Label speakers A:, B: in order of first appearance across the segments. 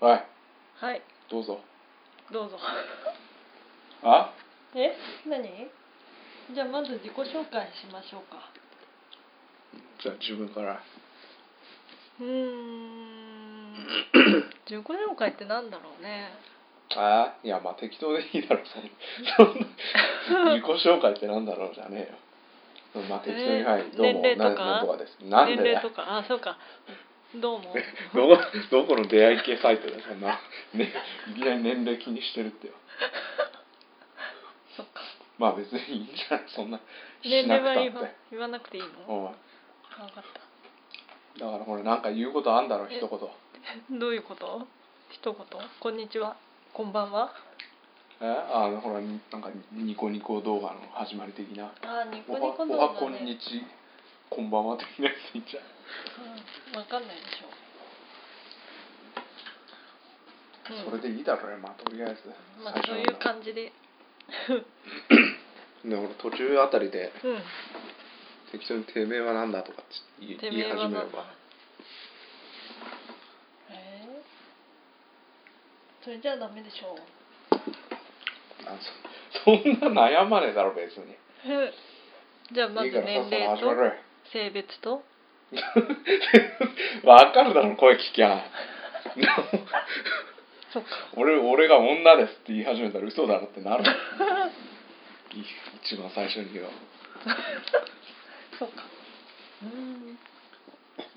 A: はい
B: はい
A: どうぞ
B: どうぞ
A: あ
B: え何じゃあまず自己紹介しましょうか
A: じゃあ自分から
B: うー ん自己紹介ってなんだろうね
A: あいやまあ適当でいいだろうさそん な自己紹介ってなんだろうじゃねえよまあ適当に、
B: えー
A: はいどうも
B: 年齢とか
A: なんなんとかですなんで
B: 年
A: だよ
B: 齢とかあそうかどうも
A: どこ どこの出会い系サイトだよそんな、ね、いきなり年齢気にしてるってよ
B: そっか
A: まあ別にいいんじゃないそんな
B: 年
A: しな
B: 齢
A: くた
B: は
A: って
B: 言わ言わなくていいの分
A: おい
B: かった
A: だからほらなんか言うことあんだろ一言
B: どういうこと一言「こんにちは」「こんばんは
A: えあのほらなんかニコニコ動画の始まり的な」
B: あーニ
A: お
B: コ
A: は
B: ニコ動
A: おは
B: 画
A: こん
B: ね
A: にちこんばんは的なやついっちゃう
B: うん、分かんないでしょ、うん、
A: それでいいだろうよまあとりあえず
B: まあ
A: 最初
B: そ
A: の
B: ういう感じで
A: で俺途中あたりで
B: うん
A: 適当に「てめえはなんだ」とかって言い
B: て
A: 言
B: め
A: い
B: えは
A: 始め
B: な
A: れ
B: んだ
A: ば
B: えー、それじゃあダメでしょ
A: あそそんな悩まねえだろ別に、
B: うんじゃあまず
A: いいからさっ
B: 年
A: さと始め
B: 齢と
A: ろよ
B: 性別と
A: わかるだろ声聞きゃ
B: そっか
A: 俺俺が女ですって言い始めたら嘘だろってなる い一番最初に言う
B: そっかうん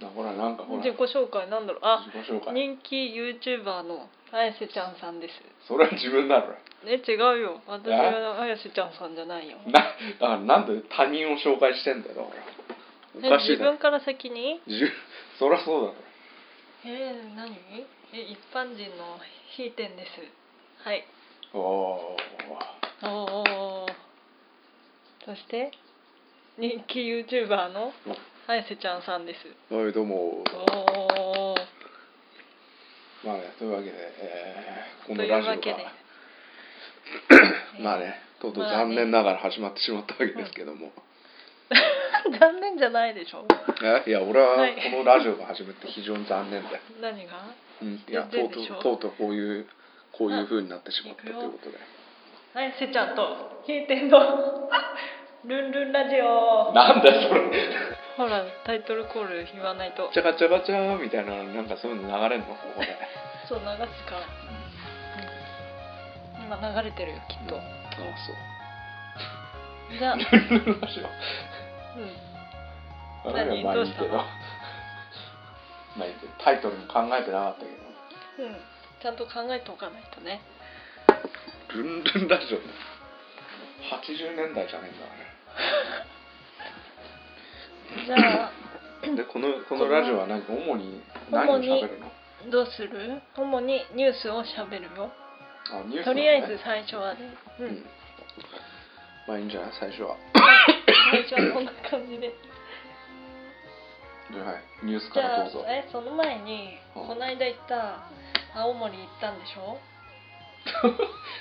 A: だほらなんかほら
B: 自己紹介なんだろうあ
A: 自己紹介
B: 人気 YouTuber の綾瀬ちゃんさんです
A: それは自分だろ
B: え違うよ私は綾瀬ちゃんさんじゃないよ
A: なだからなんで他人を紹介してんだよだからお
B: え
A: かし
B: 自
A: いだろ
B: 分から先に
A: 自分 そりゃそうだろ
B: えー、何え一般人のひ点ですはい
A: おお
B: おおそして人気 YouTuber の綾瀬ちゃんさんです
A: ーはいどうも
B: おお
A: まあねというわけで、えー、
B: と
A: この
B: いう
A: ラジ
B: わけ
A: オ
B: で
A: がまあねとうとう
B: まあね
A: 残念ながら始まってしまったわけですけども、
B: 残念じゃないでしょ
A: えいや俺は
B: はい
A: このラジオが始まって非常に残念だよ、
B: 何が
A: うん、いやと
B: 全
A: う
B: 然
A: と
B: でしょ
A: うとうとうこういうこういう風になってしまったということで
B: はい、せちゃんと、 ひいてんの、ルンルンラジオ。
A: なんだよそれ
B: ほら、タイトルコール言わないと。
A: チャカチャカチャーみたいななんかそういうの流れんのこ こで
B: そう、流すから。今流れてるよ、きっと。
A: あ
B: じゃあ、
A: そうルルラジ
B: う
A: オ
B: 何
A: まあいいけ
B: どうした
A: ど
B: の
A: まあ いいけどタイトルも考えてなかったけ
B: ん、うん、ちゃんと考えておかないとね。
A: どルンルンラジオ80年代じゃねえんだからね
B: じゃあ、
A: でこ のこのラジオは何主に何を
B: 主に
A: 喋るの
B: どうする主にニュースをしゃべるよ。
A: あニュース
B: と
A: のね
B: りあえず最初はね。う
A: うん ん。まあいいんじゃない最初は
B: 最初はこんな感じで。
A: ではいニュース
B: じ
A: か
B: ゃ
A: ら
B: あ
A: どうぞ、
B: え、その前に、
A: うん
B: この間行った、青森行ったんでし ょ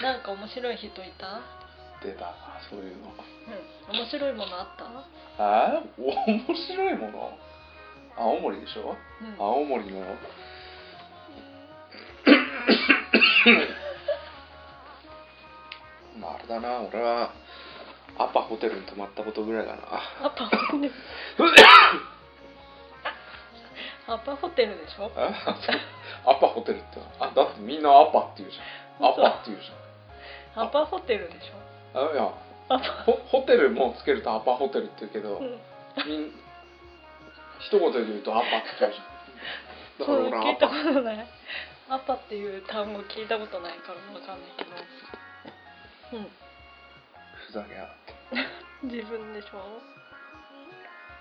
B: なんか面白い人いた
A: 出たあそういうの
B: うん、面白いものあった
A: あー面白いもの青森でしょ
B: うん、
A: 青森のまああれだな俺はアパホテルに泊まったことぐらいだな
B: アパホテルアパホテルでしょ
A: えそうアパホテルってあだってみんなアパって言うじゃんアパって言うじ
B: アパホテルでし
A: ゃんあいや
B: ょアパ
A: ホホテルもつけるとアパホテルって言うけど
B: うん
A: みん一言で言うとアパって言うじゃん
B: そう
A: だから俺
B: 聞
A: ア
B: いた
A: パ
B: ことないアパっていう単語聞いたことないからわかんないけど
A: ふざけやがって
B: うん自分でしょ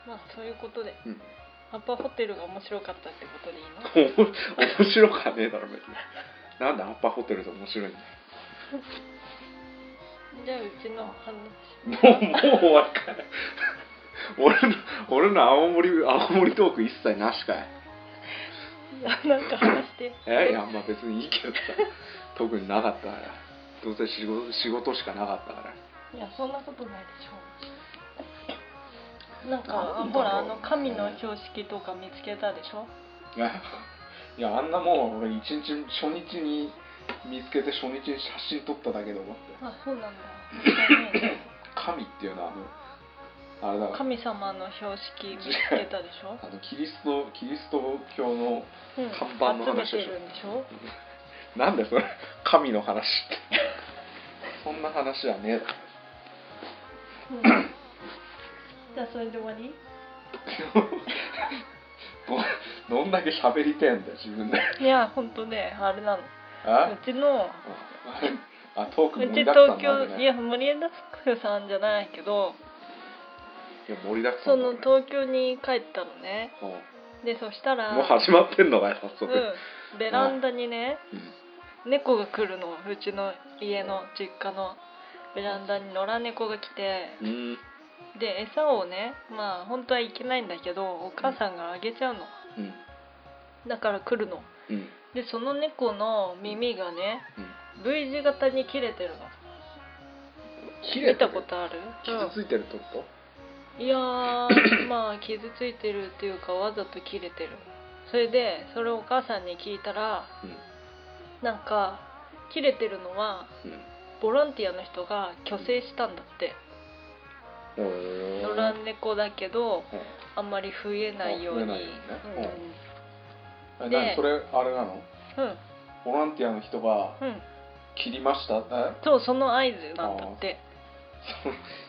B: まあそういうことで
A: うん
B: アパホテルが面白かったってことでいいの
A: おも面白かねえだろ別になんでアッパーホテルで面白いんだよ
B: じゃあうちの話
A: もうもう終わりかよ俺の俺の青森青森トーク一切なしかい
B: なんか話して
A: えいやまあ別にいいけどさ特になかったからどうせ仕事仕事しかなかったから
B: いやそんなことないでしょなんか
A: なんだろう
B: ほらあの神の標識とか見つけたでしょ
A: えいやあんなもん一日初日に見つけて初日に写真撮っただけで思って
B: あそうなんだ
A: 神っていうのはあのあれだから
B: 神様の標識見つけたでしょ、
A: あのキリストキリスト教の
B: うん、
A: 看板の話
B: 集
A: で
B: め
A: してょ
B: るんでしょ
A: なんでそれ神の話ってそんな話はねえだろ
B: うんじゃあそれで終わり
A: どどんだけ喋りてえんだよ自分で
B: いや本当ねあれなの
A: あ
B: うちの
A: あトーク
B: う
A: 盛
B: ち
A: りだくさんなん
B: 東
A: だ
B: 京
A: ね
B: いや盛りだくさんじゃないけど
A: いや盛りだくさ
B: そ
A: んだ
B: の
A: ね
B: 東京に帰ったのね
A: うん
B: でそしたら
A: もう始まってんのかよ早
B: う
A: 速、
B: ん、ベランダにね
A: うん
B: 猫が来るのうちの家の実家のベランダに野良猫が来て
A: うん
B: で餌をねまあ本当はいけないんだけどお母さんがあげちゃうの
A: うん
B: だから来るの
A: うん
B: でその猫の耳がね
A: うん
B: V 字型に切れてるの
A: 切れ
B: 見
A: て
B: た
A: る
B: ことある、
A: 傷ついてるってこと、
B: うんいや ーまあ傷ついてるっていうかわざと切れてるそれでそれをお母さんに聞いたら
A: うん
B: なんか切れてるのは
A: うん
B: ボランティアの人が去勢したんだって
A: うん
B: 野良猫だけど
A: うん
B: あんまり増えないように
A: あ増えないようにねえ
B: で
A: 何それあれなの
B: うんうん
A: ボランティアの人が
B: うん
A: 切りましたえ
B: そうその合図なんだって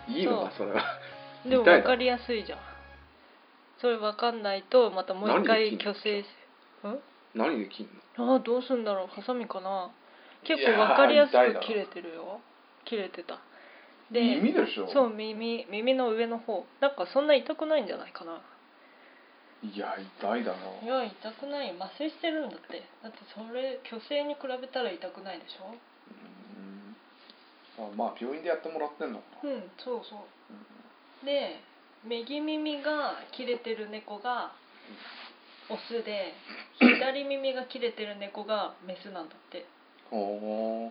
A: いいのかそれは
B: でも
A: 痛いな
B: 分かりやすいじゃんそれ分かんないとまたもう一回
A: 何で切ん
B: 去
A: の
B: 勢しうん
A: 何で切んの
B: ああどうすんだろうハサミかな結
A: いや
B: 構
A: ー
B: わかりやす
A: 痛いだろ
B: く切れてるよ切れてたで
A: 耳でしょ
B: そう耳耳の上の方なんかそんな痛くないんじゃないかない
A: や痛いだない
B: や痛くない麻酔してるんだってだってそれ虚勢に比べたら痛くないでしょ
A: うんあまあ病院でやってもらってんのか
B: うんそうそうで右耳が切れてる猫がオスで左耳が切れてる猫がメスなんだって
A: なおー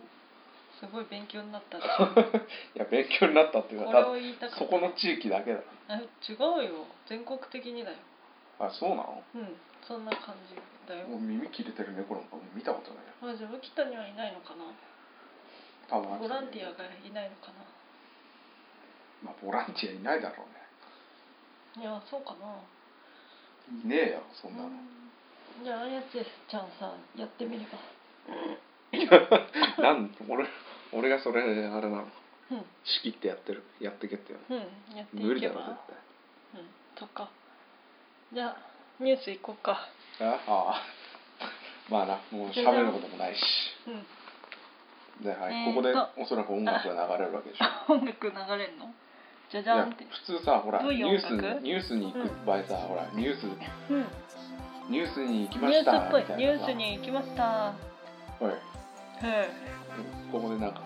B: すごい勉強になったね
A: いや勉強になったっていう
B: こ
A: か
B: れ
A: だっ
B: を
A: て
B: 言いたかった
A: そこの地域だけだ
B: え違うよ全国的にだよ
A: あそうなの
B: うんそんな感じだよ
A: もう耳切れてる猫なんかもう見たことないよ
B: あじゃあ浮田にはいないのかな
A: 多分
B: ボランティアがいないのかな
A: まあボランティアいないだろ
B: いやそうかな
A: うねいねえよそんなの
B: うんじゃあ綾瀬ちゃんさんやってみれば
A: なん俺俺がそれあれなの
B: うん
A: 仕切ってやってるやってけってよ
B: うんやって
A: 無
B: い
A: 理
B: け
A: だろ
B: ば
A: 絶
B: うんそっかじゃあニュース行こうか
A: 対ああ あまあなもう喋ることもないし
B: うん
A: で、はい
B: えー
A: ここで
B: と
A: おそらく音楽が流れるわけでしょ
B: あ音楽流れんのじゃじ
A: い
B: ゃ
A: や
B: んって
A: 普通さほら
B: どう
A: ニ
B: いう
A: ュー
B: 音
A: ス
B: 楽
A: ニュースに行く場合さ、ほらニュース
B: うん
A: ニュースに行きま
B: ニュー
A: し
B: ス
A: た
B: っぽい
A: みたいなさ
B: ニュースに行きました
A: おい
B: へ
A: ここでなんか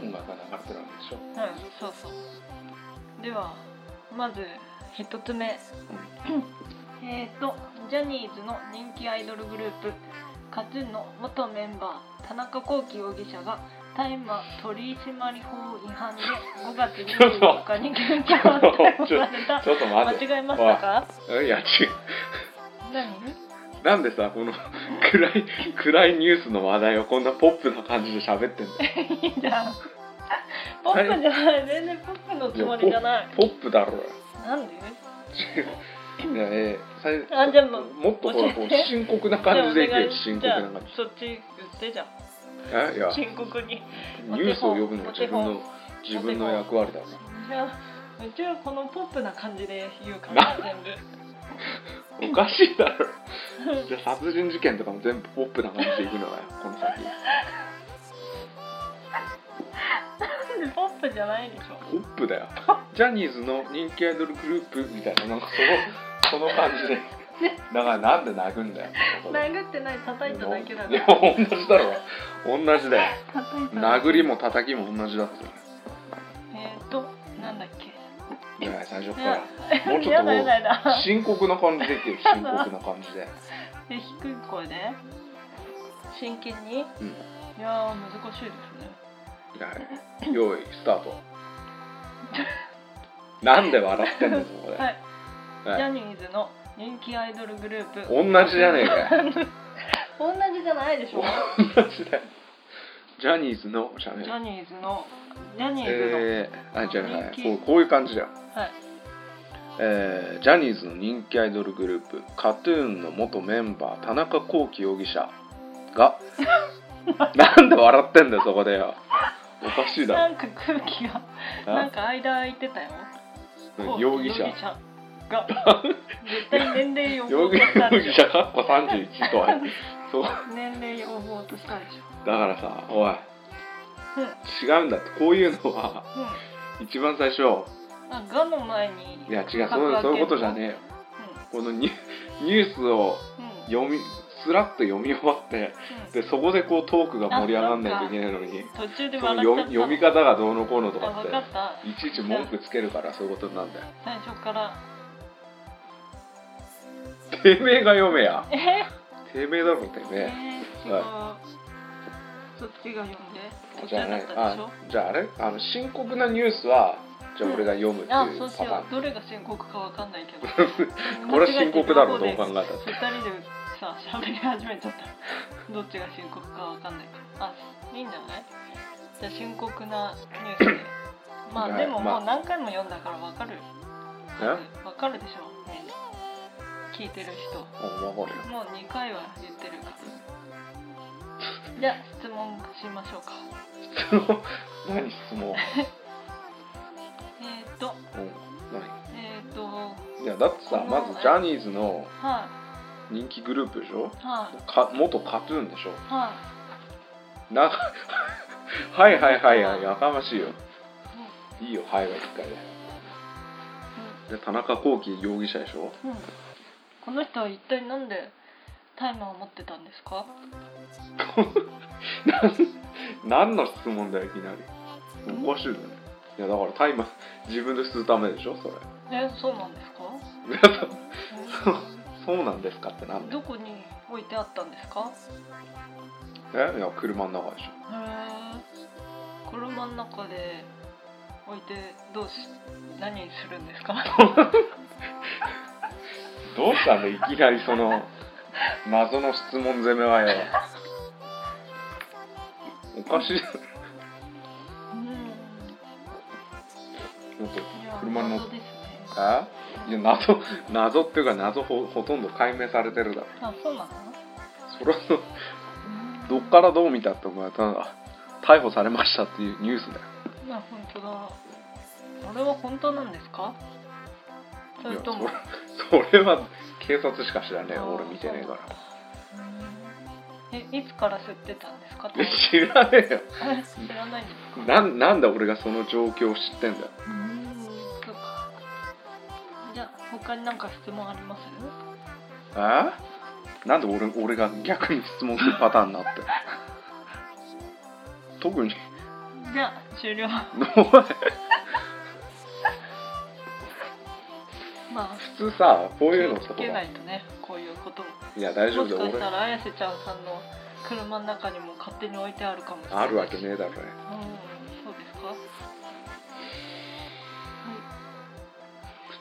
B: えうん
A: 音楽が流れてるわけでしょ、
B: うん、そうそう。では、まず一つ目。えっ、と、ジャニーズの人気アイドルグループ、カズンの元メンバー、田中聖容疑者が、大麻取締法違反で5月24日に現行犯逮捕された。
A: ちょっと待って
B: 間違えましたか
A: いや違
B: 何
A: うなんでさこの暗い暗いニュースの話題をこんなポップな感じで喋ってんだよ
B: いいじゃん。ポップじゃない。全然ポップのつもりじゃない。
A: ポップだろうよ
B: なんで
A: いやえーさい
B: あでも
A: もっとほらこう
B: 教えて
A: 深刻な感じでいけ
B: ゃあお願
A: よ
B: い
A: 深刻
B: じゃあ
A: な感じ
B: そっち言ってじゃん。
A: えいや
B: 深刻に。
A: ニュースを呼ぶのは自分の自分の役割だよ
B: じゃあうちはこのポップな感じで言うから全部
A: おかしいだろじゃあ殺人事件とかも全部ポップな感じでいくのかよこの先
B: ポップじゃないでし
A: ポ
B: ょ
A: ップだよジャニーズの人気アイドルグループみたいななんかそのその感じでだからなんで殴んだよここで
B: 殴ってない叩いただけだか
A: いや
B: ら
A: 同じだろ同じだよ
B: 叩いただけ
A: 殴りも叩きも同じだって
B: えーとなんだっけ
A: いや最初か
B: いや
A: らもうちょっ
B: や
A: とこ
B: だやだや
A: う
B: だ
A: 深刻な感じでいけよ深刻な感じで
B: で低い声で真剣にい
A: うんい
B: やー難しいですね
A: や用意スター トなんで笑ってんのこれ、
B: はいジ
A: は
B: ャ
A: い
B: ニーズの人気アイドルグループ
A: 同じじゃねえかよ
B: 同じじゃないでしょ
A: 同じだよジャニーズのじゃね
B: ジャニーズのジャニーズの、
A: えー、あじゃあ、はい
B: 人気
A: こうこういう感じだよ、
B: はい
A: えージャニーズの人気アイドルグループ KAT−TUN の元メンバー田中聖容疑者 がなんで笑ってんだよそこでよおかしいだ
B: な
A: ろ
B: んか空気がなん
A: な
B: か間空いてたよ
A: 容疑者
B: が絶対年齢を
A: 容疑
B: した
A: 容
B: で
A: 疑
B: し
A: 者かっこ31とはそうだ
B: ょ年齢をぼうとしたでしょ
A: からさおい
B: うん
A: 違うんだってこういうのは
B: うん
A: 一番最初
B: あがの前に
A: いや違うそうそういうことじゃねえよこのニュニュースを
B: うんうん
A: 読みスラッと読み終わって
B: う
A: でそこでこうトークが盛り上がんないといけないのに
B: ん、途中で
A: その
B: 笑っち
A: 読
B: ゃった
A: み読み方がどうのこうのと
B: あ
A: かっ
B: 分かってた
A: いちいち文句つけるからそういうことになんだよ
B: 最初から
A: てめえが読めや
B: え
A: てめえだろてめ
B: え
A: え
B: ー、違う、そっちが読んでこっち
A: じゃ
B: だ
A: あね
B: ったでし
A: あ
B: ょ
A: じゃああれあの深刻なニュースはじゃあ俺が読むって
B: あ
A: いう
B: そう
A: パ
B: し
A: ター
B: よ
A: ン
B: うどれが深刻かわかんないけど
A: これは深刻だろうど
B: 間
A: う
B: 違えて
A: 考えたって
B: 二人でさ喋り始めちゃったどっちが深刻かわかんないからあいいんじゃないじゃあ深刻なニ ュースでまあでも
A: まあ
B: もう何回も読んだからわかるはずわかるでしょね聞いてる人
A: お分かるよ
B: もう2回は言ってる からじゃあ質問しましょうか
A: 質問何質問、
B: えっ、ー、と
A: うん、
B: えっ、ー、とはい
A: 何いやだってさまずジャニーズの人気グループでしょ
B: はい
A: か元カトゥーンでしょ
B: はい
A: な はいはいはいはいやかましいよいいよはいは一回でで田中聖容疑者でし ょ
B: うんこの人は一体なんでタイマーを持ってたんですか
A: 何の質問だよいきなりおかしいよねいやだからタイマー自分で吸うためでしょそれ
B: えそうなんですか
A: いやそうそうなんですかってなんで
B: どこに置いてあったんですか
A: えいや車の中でし
B: へえ車の中で置いてどうし何するんですか
A: ょどうしたんだいきなりその謎の質問攻めはよおか しいだ
B: うん
A: って
B: いや
A: 車の
B: 謎ですね
A: えいや謎謎っていうか謎ほほとんど解明されてるだろ
B: あそうなの
A: それは
B: うん
A: どっからどう見たってお前ただ逮捕されましたっていうニュースだよ
B: まあ本当だあれは本当なんですかそれとも
A: いやそれそれは警察しか知らねえ
B: あ
A: よ
B: ー
A: 俺見てねえから
B: えいつから吸ってたんですか
A: え知らねえよ
B: 知らないんですか
A: なんなんで俺がその状況を知ってんだよ
B: うーんそっかじゃあ他に何か質問あります
A: えなんで俺俺が逆に質問するパターンにな って特に
B: じゃあ終了
A: お前
B: まあ
A: 普通さこう
B: 気
A: いう
B: を
A: のさ
B: つけないとねこういうことも
A: いや大丈
B: も
A: 夫
B: し
A: だよ
B: かした
A: 俺
B: ら綾瀬ちゃんさんの車の中にも勝手に置いてあるかもしれない
A: あるわけねえだろ
B: うんそうですかはい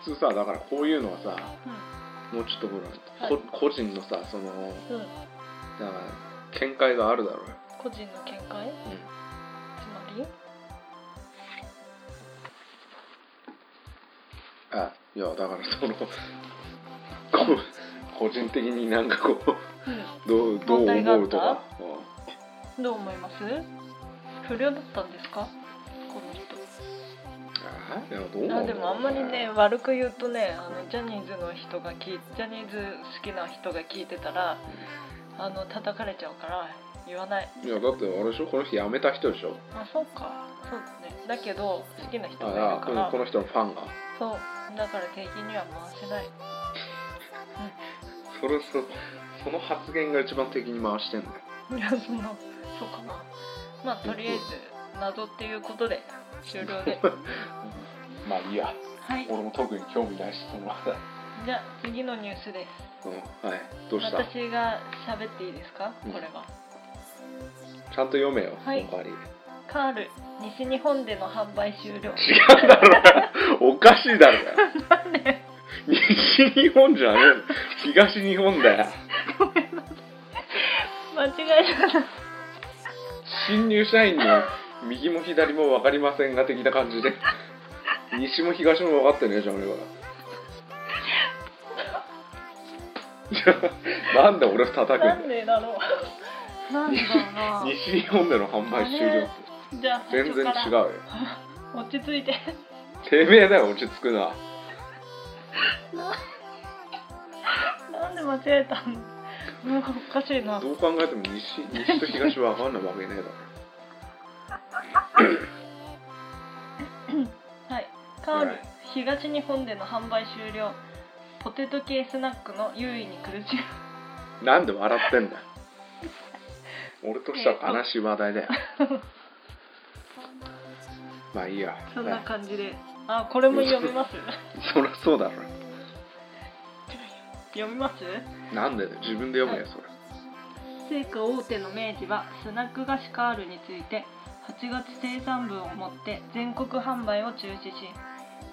A: 普通さだからこういうのはさ
B: う
A: もうちょっとほら、
B: はい
A: こ個人のさその
B: ん、うん、
A: だから見解があるだろうよ、
B: 個人の見解つまり
A: あいやだからそのこ 個人的になんかこうどうどう
B: 問題があ
A: 思
B: っ
A: う
B: た
A: とか
B: うんどう思います不良だったんですかこの人
A: うんあいやどうな
B: あ
A: ん
B: で
A: だろう
B: もあんまりね悪く言うとねあのジャニーズの人が聞いジャニーズ好きな人が聞いてたらあの叩かれちゃうから言わない
A: いやだってあれでしょこの人辞めた人でしょ
B: あそうかそうだねだけど好きな人が
A: あ
B: いる
A: あこ
B: か
A: の
B: ら
A: この人のファンが
B: そうだから景気には回せない
A: それそその発言が一番敵に回してんだよ
B: いやそのそうかなまあとりあえず謎っていうことで終了 で
A: まあいいや
B: はい
A: 俺も特に興味ないしその話題
B: じゃあ次のニュースです
A: うんはいどうしたち
B: 私が喋っていいですか
A: うん
B: これ
A: ゃ
B: は、
A: んと読めよ、
B: はい
A: その代わり
B: カール西日本での販売終了
A: 違うだろうよおかしいだろうよ
B: なんで
A: 西日本じゃねえの東日本だよ
B: 間違えた
A: 新入社員には右も左も分かりませんが的な感じ で西も東も分かってねえじゃん俺はなんで俺を叩くんだ
B: な
A: よ
B: んでだろうなんだろうな
A: 西日本での販売終了って
B: じゃあ最
A: 全
B: 初
A: 然
B: から
A: 違うよ
B: 落ち着いて
A: てめえだよ落ち着くな
B: なんで間違えたのなんかおかしいな
A: どう考えても西西と東は分かんないわけねえだろ
B: はいカール東日本での販売終了ポテト系スナックの優位に苦 しむ
A: なんで笑ってんだよ俺としては悲しい話題だよまあいいや
B: そんな感じであこれも読みます
A: そりゃそうだろ
B: 読みます
A: なんでだよ自分で読むよそれ
B: 成果大手の明治はスナック菓子カールについて8月生産分をもって全国販売を中止し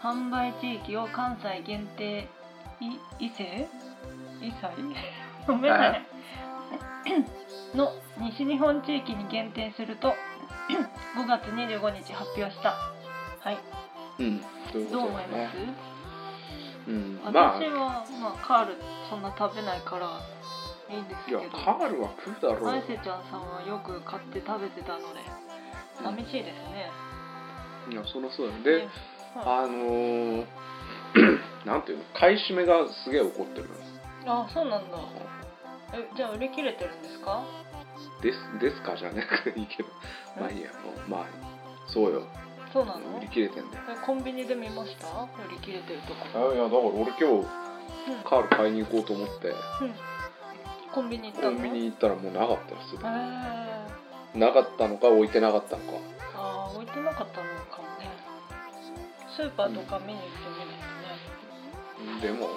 B: 販売地域を関西限定い伊勢伊勢 ごめんなさいの西日本地域に限定すると 5月25日発表したはい
A: うんどういうこ
B: ど
A: と
B: う思
A: だよ
B: いま
A: ね
B: す、
A: うん
B: 私
A: まあ
B: は、まあ、カールそんな食べないからいいんです
A: い
B: け
A: や
B: ど
A: カールは食うだろ
B: アイ
A: う
B: セちゃんさんはよく買って食べてたので寂しいですね。
A: いやそりゃそうだよで
B: ねはい
A: あのー なんていうの買い占めがすげえ怒ってるの
B: あそうなんだ。えじゃあ売り切れてるんですか？
A: ですですかじゃねえいいけどまあいいやもうまあそうよ
B: そうなの？
A: 売り
B: え
A: 切れてんだよ
B: コンビニで見ました？売り切れてるとこ。
A: あいやだから俺今日カール買いに行こうと思って
B: うんうん。コンビニ行った
A: コ
B: の？
A: ンビニ
B: へ
A: 行ったらもうなかったよす
B: え。あ
A: ぐなかったのか置いてなかったのか
B: あ置いてなかったのかもね。スーパーとか見に行ってみるとね。
A: でも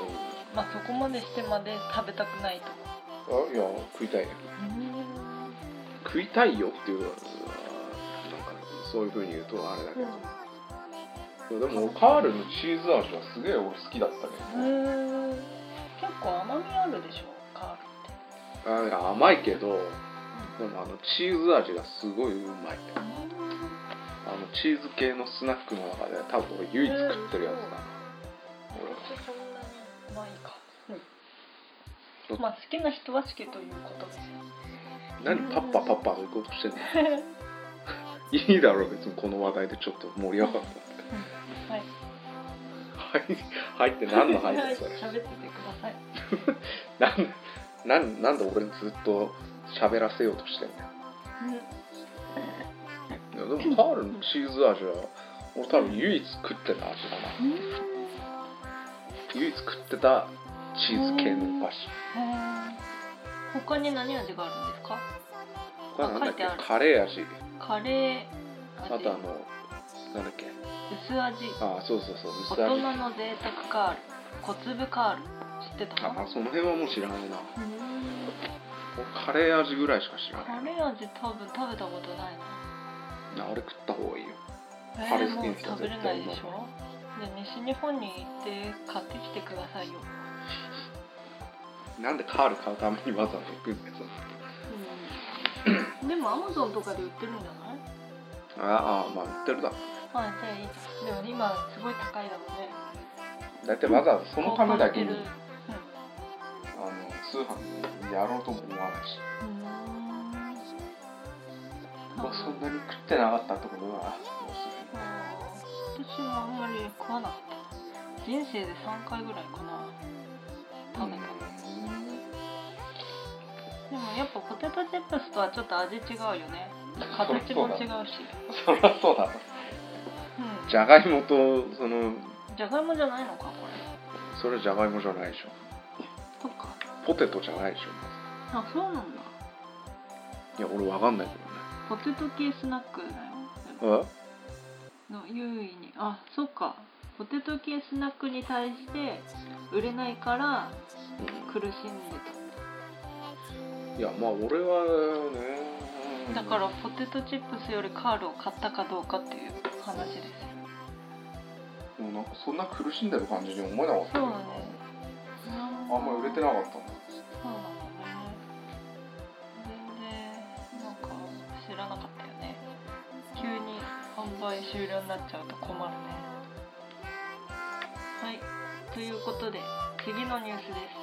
B: まあそこまでしてまで食べたくないと。
A: あいや食いたいよ食いたいよっていうのはなんかそういうふうに言うとあれだけ
B: う
A: ど
B: ん、
A: でも俺カールのチーズ味はすげえ俺好きだったけどね、
B: へえ結構甘みあるでしょカールって。
A: あいや甘いけどでもあのチーズ味がすごいうまい
B: うんうん
A: あのチーズ系のスナックの中で多分俺唯一食ってるやつだな、俺
B: 私そんなにまあいいか、
A: うん
B: まあ好きな人は好きということです
A: 何パッパパッパそういうことしてん のいいだろう別にこの話題でちょっと盛り上がった
B: はい
A: はい入って何の入ってそれ
B: 喋っててください
A: なんなんなんで俺にずっと喋らせようとしてんだよいやでもカールのチーズ味は俺多分唯一食ってた味だな
B: うん
A: 唯一食ってたチーズ系のお菓子
B: へー他に何味があるんですか
A: これなんだっけ
B: あ書いてある
A: カレー味
B: カレ
A: あ
B: ー味
A: とあのなんだっけ
B: 薄味
A: あそうそうそう薄
B: 大
A: 味
B: 人の贅沢カール小粒カール知ってた
A: あ
B: か
A: その辺はもう知らないな
B: うん
A: 俺カレー味ぐらいしか知ら
B: カ
A: ない
B: レー味多分食べたことない
A: な
B: な
A: あれ食った方がいいよ
B: カ
A: カ
B: レ
A: レ
B: ー
A: ー
B: 好
A: 好き
B: きな
A: な人
B: 人は
A: は
B: 絶
A: 絶
B: 対
A: 対
B: うまい
A: いい
B: でしょで西日本に行って買ってきてくださいよ、
A: なんでカール買うためにわざわざ行くんだよそんな
B: うん、でもアマゾンとかで売ってるんじゃない
A: ああまあ売ってるだろ
B: まあじゃあいいじゃんでも今すごい高いだろうね
A: 大体わざわざそのためだけに
B: 交換
A: あの通
B: して
A: 販やろうとも思わないし、
B: るうんうーん
A: まあ、そんなに食ってなかったってことだな
B: うん私もあんまり食わなかった人生で3回ぐらいかな食べたのでもやっぱポテトチップスとはちょっと味違うよね形も違うし
A: そりゃそうだろ
B: うん
A: じゃがいもとその
B: じゃがいもじゃないのかこれ
A: それじゃがいもじゃないでしょ
B: そっか
A: ポテトじゃないでし
B: あそうなんだ
A: ょいや俺わかんないけ
B: ポテト系スナックだよ
A: どね
B: の優位にあそっかポテト系スナックに対して売れないから苦しんで
A: えいやまあ俺はね
B: ただからポテトチップスよりカールを買ったかどうかっていう話ですよ
A: でもなんかそんな苦しんでる感じに思えなかったけどな
B: そうだね
A: あんま売れてなかった
B: そうなんだね全然放映終了になっちゃうと困るねはいということで次のニュースです